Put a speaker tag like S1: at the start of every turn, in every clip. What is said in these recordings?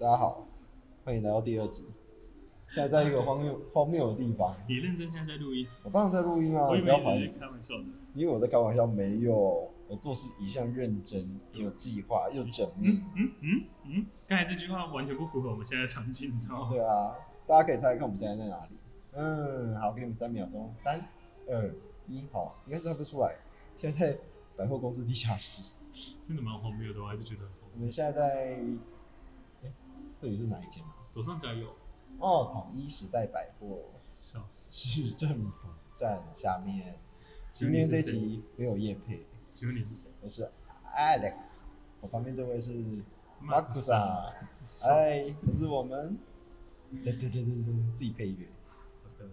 S1: 大家好，欢迎来到第二集。现在在一 个荒谬荒谬的地方，
S2: 你认真现在在录音？
S1: 我当然在录音啊，
S2: 我以
S1: 你不
S2: 为
S1: 要怀
S2: 你
S1: 疑
S2: 是，开玩笑的。
S1: 因为我在开玩笑，没有，我做事一向认真，有计划，又缜密
S2: 嗯。嗯嗯嗯，刚才这句话完全不符合我们现在的场景，你知道吗？
S1: 对啊，大家可以猜猜看我们现在在哪里？嗯，好，给你们三秒钟，三、二、一，好，应该是猜不出来。现在在百货公司地下室，
S2: 真的蛮荒谬的，我还是觉得很荒
S1: 我
S2: 谬。
S1: 们现在在，哎、这里是哪一间啊？
S2: 左上角有，
S1: 哦，统一时代百货
S2: 笑死。
S1: 市政府站下面。
S2: 请
S1: 今
S2: 问你
S1: 天
S2: 是
S1: 这
S2: 谁
S1: 集没有叶配，
S2: 请问你是谁？
S1: 我是 Alex，我旁边这位是
S2: Marcus
S1: Marcus 啊，哎，这是我们，对对对对对，自己配乐。
S2: 好的，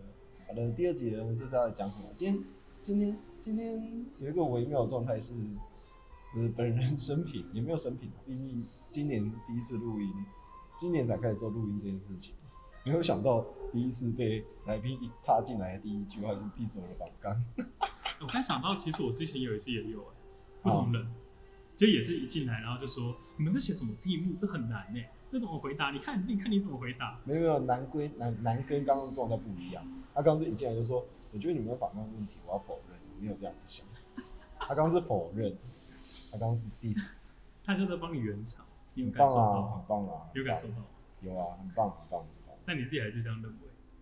S1: 好的，第二集呢，这是要讲什么？今天今天今天有一个微妙的状态是，呃，本人生平也没有生平啊，毕竟今年第一次录音，今年才开始做录音这件事情，没有想到第一次被来宾一踏进来的第一句话就是 diss 我的反刚，
S2: 我刚想到，其实我之前有一次也有哎、不
S1: 哦
S2: 同人，就也是一进来，然后就说你们这写什么题目？这很难呢、这怎么回答？你看你自己看你怎么回答。
S1: 没有没有，男归男男跟刚刚的状态不一样，他刚刚是一进来就说，我觉得你们有反刚问题，我要否认，我没有这样子想，他刚刚是否认，他刚刚是 diss，
S2: 他就在帮你圆场，你有
S1: 很
S2: 感
S1: 棒
S2: 受到
S1: 啊，
S2: 吗
S1: 很？棒啊，
S2: 有感受到吗？
S1: 有啊，很棒，很棒，很棒。
S2: 但你自己还是这样认为？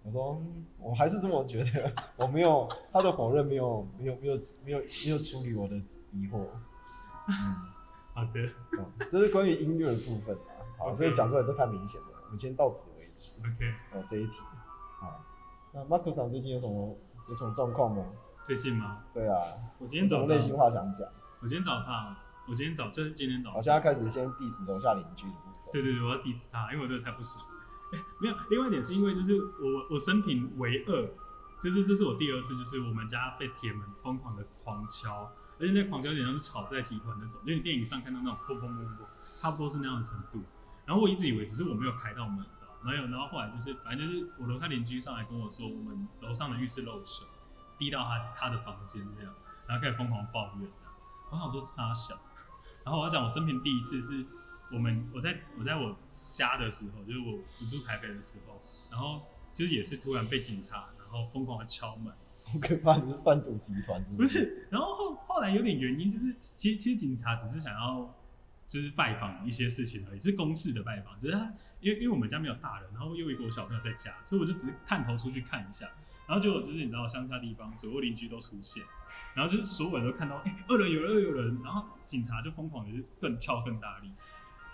S1: 我说，嗯我还是这么觉得，我没有他的否认没有，没有，没有，没有，没有处理我的疑惑。嗯，
S2: 好的
S1: 嗯这是关于音乐的部分啊。好，
S2: OK
S1: 这个讲出来这太明显了，我们先到此为止。
S2: ，OK。
S1: 哦，这一题。好，那 Marco 长最近有什么有什么状况吗？
S2: 最近吗？
S1: 对啊，
S2: 我今
S1: 有
S2: 天
S1: 什
S2: 早
S1: 么
S2: 上，
S1: 内心话想讲？
S2: 我今天早上，我今天早就是今天早
S1: 好，
S2: 上，
S1: 现在开始先 diss 楼下邻居的部分。
S2: 对对对，我要 diss 他，因为我对他太不爽。哎没有，另外一点是因为就是我我生平唯二，就是这是我第二次，就是我们家被铁门疯狂的狂敲，而且那狂敲有点像是炒债集团那种，就你电影上看到那种砰砰砰砰，差不多是那样的程度。然后我一直以为只是我没有开到门，你知道吗？没有，然后后来就是反正就是我楼下邻居上来跟我说，我们楼上的浴室漏水，滴到他他的房间这样，然后开始疯狂抱怨这样。我想说傻小，然后我要讲我生平第一次是我们我在我在我家的时候，就是我不住台北的时候，然后就是也是突然被警察然后疯狂的敲门，
S1: 好可怕，你是贩毒集团是
S2: 不？是，然后后后来有点原因，就是其实其实警察只是想要就是拜访一些事情而已，是公事的拜访，只是他因为因为我们家没有大人，然后又有一个我小朋友在家，所以我就只是探头出去看一下，然后结果就是你知道乡下地方左右邻居都出现，然后就是所有人都看到，哎、二人有人，二人有人，然后警察就疯狂的更敲更大力，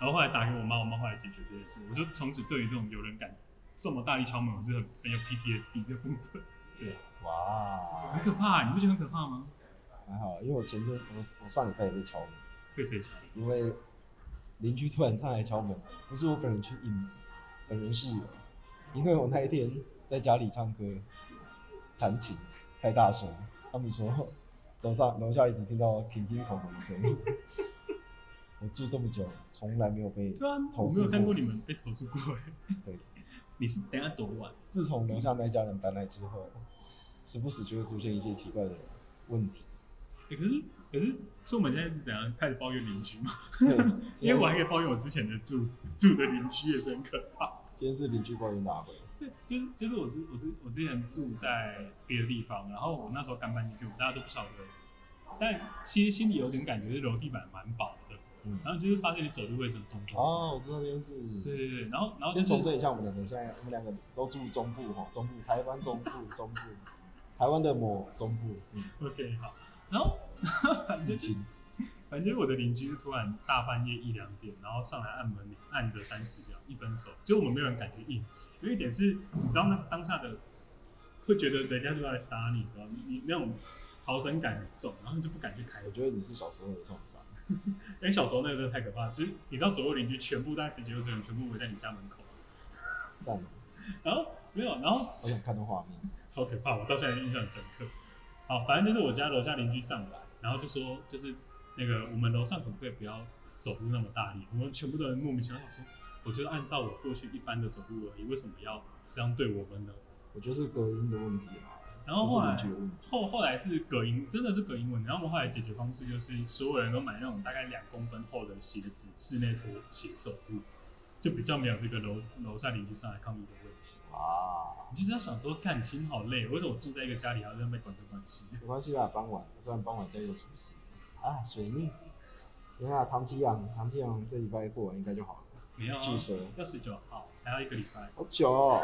S2: 然后后来打给我妈，我妈后来解决这件事，我就从此对于这种有人敢这么大力敲门，我是很很有 PTSD 的部分，对，
S1: 哇
S2: 很，可怕，你不觉得很可怕吗？
S1: 还好，因为我前阵我我上礼拜也被敲门。
S2: 被谁敲？
S1: 因为邻居突然上来敲门，不是我本人去应门，本人是我，因为我那一天在家里唱歌，弹琴太大声，他们说楼上楼下一直听到乒乒乓乓的声音。我住这么久，从来没有被
S2: 对啊，
S1: 投
S2: 我
S1: 诉
S2: 没有看过你们被投诉过 哎。
S1: 对，
S2: 你是等下欸多晚？
S1: 自从楼下那家人搬来之后，时不时就会出现一些奇怪的问题。
S2: 欸可是可是，所以我们现在是怎样开始抱怨邻居吗？
S1: 对 啊
S2: 因为我还可以抱怨我之前的住住的邻居也是很可怕。
S1: 今天是邻居抱怨大会，
S2: 对，就是就是我之我之我之前住在别的地方，然后我那时候刚搬进去，我大家都不晓得，但其实心里有点感觉是楼地板蛮薄的，
S1: 嗯，
S2: 然后就是发现你走路会有种咚咚。
S1: 哦，我知道这件事。
S2: 啊对对对，然后然后就
S1: 先
S2: 是
S1: 重申一下，我们两个现在，我们两个都住中部哈，中部台湾中部中部，台湾的某中部，嗯，
S2: OK 好，然后反正
S1: 自清，
S2: 反正我的邻居就突然大半夜一两点，然后上来按门铃，按着三十秒，一分钟，就我们没有人敢去应。有一点是，你知道那当下的会觉得人家是不是要来杀你，你知道吗你你那种逃生感很重，然后你就不敢去开
S1: 我。觉得你是小时候的创伤，
S2: 因为小时候那个真的太可怕，就是你知道左右邻居全部大概十几二十人全部围在你家门口，
S1: 赞，
S2: 然后没有，然后
S1: 好想看到画面，
S2: 超可怕，我到现在印象很深刻。好，反正就是我家楼下邻居上来，然后就说，就是那个我们楼上可不可以不要走路那么大力？我们全部的人莫名其妙想说，我就按照我过去一般的走路而已，为什么要这样对我们呢？
S1: 我觉得是隔音的问题啦，
S2: 然后
S1: 不
S2: 后
S1: 是
S2: 来
S1: 邻居的问题，
S2: 后后来是隔音，真的是隔音问题。然后我们后来解决方式就是，所有人都买那种大概两公分厚的鞋子，室内拖鞋走路，就比较没有这个楼楼下邻居上来抗议的问题。
S1: 啊，
S2: 你就是要想说，干心好累，为什么我住在一个家里还要在那边管这关系？
S1: 没关系啦，傍晚，虽然傍晚家里有厨师啊，水逆。你看唐奇阳，唐奇阳这礼拜过完应该就好了，
S2: 没有啊，
S1: 据说
S2: 要十九号，还要一个礼拜，
S1: 好久、哦。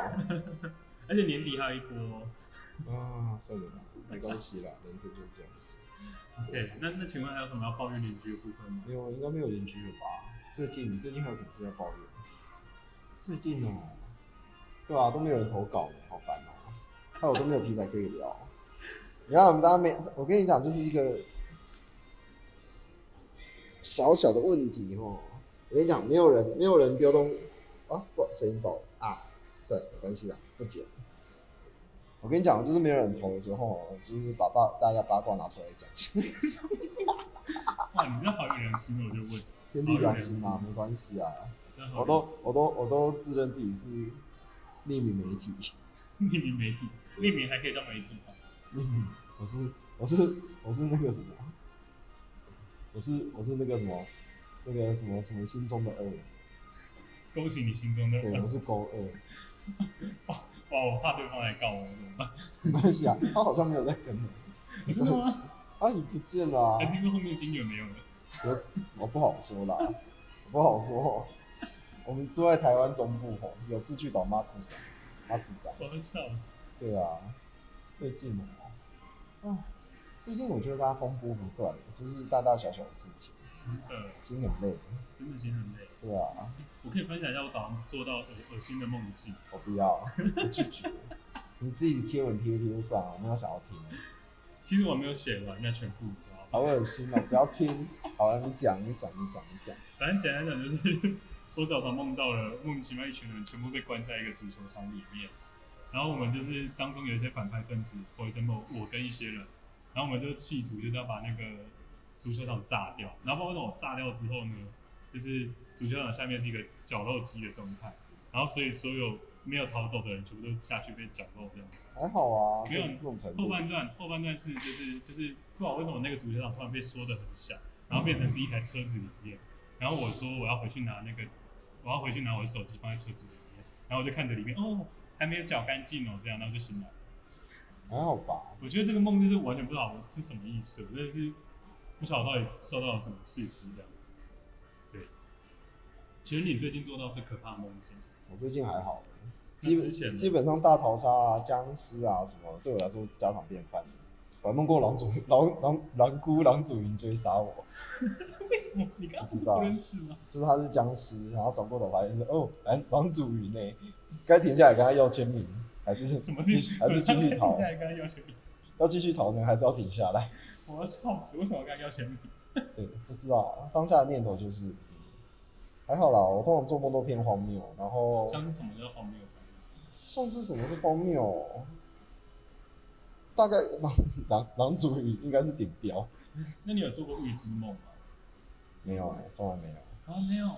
S2: 而且年底还有一波哦。
S1: 啊，算了吧，没关系啦，人生就这样。
S2: OK，那那请问还有什么要抱怨邻居的部分吗？
S1: 没有，应该没有邻居了吧？最近最近还有什么事要抱怨？最近哦，对吧、啊？都没有人投稿，好烦哦、 害我都没有题材可以聊。你看我们大家没，我跟你讲，就是一个小小的问题哦。我跟你讲，没有人没有人丢东啊，不，声音爆了啊，算了，没关系啦，不剪。我跟你讲，就是没有人投的时候，就是把八大家八卦拿出来讲。
S2: 哇，你这好有良心，我就问，
S1: 天地良心嘛，没关系啊。
S2: 这好有
S1: 我都我都我都自认自己是匿名媒体，
S2: 匿名媒体，匿名还可以当媒体吗？
S1: 匿名，我是我是我是那个什么，我是我是那个什么那个什么什么心中的恶，
S2: 勾起你心中的
S1: 对，我啊是勾二，
S2: 哇哇，我怕对方来告我，怎么办？
S1: 没关系啊，他好像没有在跟了，没
S2: 真的
S1: 关系
S2: 吗？
S1: 啊，你不见了啊、
S2: 还是因为后面金源没有了？
S1: 我我不好说啦，我不好说，我们住在台湾中部吼，有事去找啊马库萨，马库萨。
S2: 我要笑死。
S1: 对啊，最近哦，啊，最近我觉得大家风波不断，就是大大小小的事情，
S2: 真的，
S1: 心很累。
S2: 真的心很累。
S1: 对啊，
S2: 我可以分享一下我早上做到恶恶心的梦境。
S1: 我不要，我拒绝。 你自己贴文贴一贴就算了，我没有想要听，
S2: 其实我没有写完那全部，你知道吗
S1: 好恶心哦，不要听。好了，你讲，你讲，你讲，你讲。
S2: 反正简单讲就是，我早上梦到了莫名其妙一群人全部被关在一个足球场里面，然后我们就是当中有一些反派分子，for example 我跟一些人，然后我们就企图就是要把那个足球场炸掉，然后不知道为什么炸掉之后呢，就是足球场下面是一个绞肉机的状态，然后所以所有没有逃走的人全部都下去被绞肉这样子。
S1: 还好啊，
S2: 没有
S1: 这这种程
S2: 后
S1: 度，
S2: 半段后半段是就是就是不知道为什么那个足球场突然被缩的很小，然后变成是一台车子里面，然后我说我要回去拿那个，我要回去拿我的手机放在车子里面，然后我就看着里面哦还没有搅干净哦这样，然后就醒来。
S1: 还好吧？
S2: 我觉得这个梦就是完全不知道我是什么意思，我真的是不晓得到底受到了什么刺激这样子。对，其实你最近做到最可怕的梦是什么？
S1: 我最近还好。欸
S2: 那
S1: 基
S2: 之前呢
S1: 本基本上大逃杀啊、僵尸啊什么，对我来说家常便饭。我还梦过狼主狼狼狼姑狼祖云追杀我，
S2: 为什么你刚刚不是
S1: 不知道
S2: 不认识吗？
S1: 就是他是僵尸，然后转过头发现是哦，哎，王祖云呢？该停下来跟他要签名，还是
S2: 什么
S1: 继续还是继续逃
S2: 现？在 跟他要求你，
S1: 要继续逃呢，还是要停下来？
S2: 我要笑死！为什么要跟他要求你？
S1: 对，不知道啊当下的念头就是，嗯还好啦，我通常做梦都偏荒谬，然后
S2: 像是什么叫荒谬感？
S1: 上次什么是荒谬？大概 狼狼狼主云应该是顶标，
S2: 那你有做过预知梦吗？
S1: 没有哎、从来没有，
S2: 啊，没有。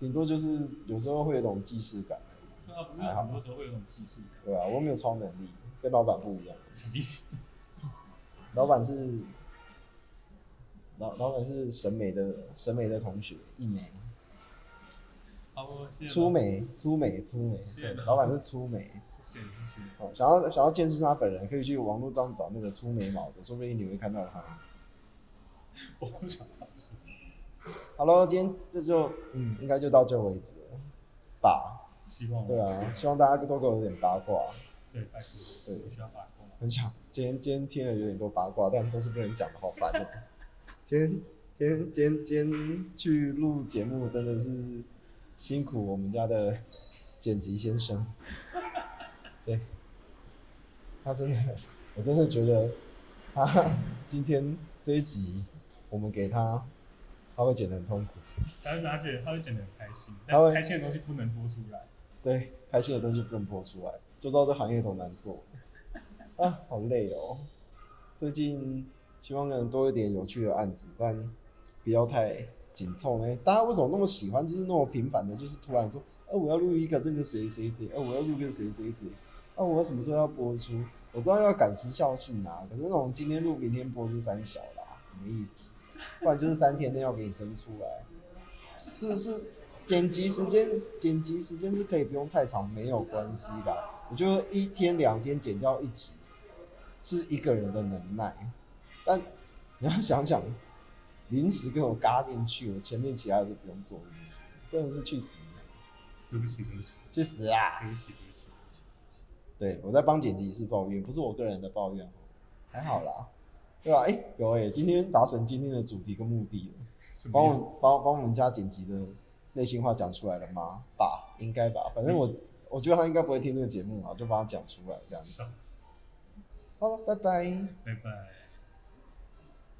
S1: 顶多就是有时候会有种既视感而已，
S2: 对啊，不是很多时候会有种既视感，
S1: 对啊，我没有超能力，跟老板不一样。
S2: 什么意思？
S1: 老板是老老板是审美的审美的同学，一年
S2: 好，我谢谢。
S1: 粗，美粗美粗美，
S2: 是
S1: 对
S2: 的
S1: 老板是粗美。
S2: 谢谢谢谢。
S1: 哦，想要想要见识他本人，可以去网络上找那个粗眉毛的，说不定你会看到他。
S2: 我不想要说什么
S1: 好了，今天这就嗯，应该就到这为止了吧？
S2: 希望
S1: 对啊，希望大家多给我有点八卦。
S2: 对，拜托，
S1: 对
S2: 我需要把控。
S1: 很想今天今天听了有点多八卦，但都是不能讲的，好烦哦、今天今天今天今天去录节目真的是辛苦我们家的剪辑先生，对，他真的，我真的觉得他 今天这一集我们给他，他会剪得很痛苦，
S2: 他会拿觉得他会剪得很开心，
S1: 他
S2: 但
S1: 会
S2: 开心的东西不能播出来。
S1: 对，开心的东西不能播出来，就知道这行业多难做啊，好累哦。最近希望能多一点有趣的案子，但不要太紧凑呢。大家为什么那么喜欢，就是那么频繁的，就是突然说，啊，我要录一个那个谁谁谁，啊，我要录个谁谁谁，啊，我什么时候要播出？我知道要赶时效性啊，可是那种今天录明天播是三小啦，什么意思？不然就是三天内要给你生出来，是是剪辑时间，剪辑时间是可以不用太长，没有关系啦。我觉得一天两天剪掉一集，是一个人的能耐。但你要想想，临时跟我嘎进去，我前面其他的是不用做，是不是？真的是去死，
S2: 对不起，对不起，
S1: 去死啊！
S2: 对不起，对不起，对不起对不起。
S1: 对，我在帮剪辑师抱怨，不是我个人的抱怨，哦还好啦，对吧？哎、有哎、今天达成今天的主题跟目的了。
S2: 什
S1: 帮
S2: 么
S1: 我
S2: 意思
S1: 们帮帮我们家剪辑的内心话讲出来了吗？吧，应该吧，反正我我觉得他应该不会听这个节目啊，就把它讲出来这样子。
S2: 笑死，
S1: 好了，拜拜。
S2: 拜拜。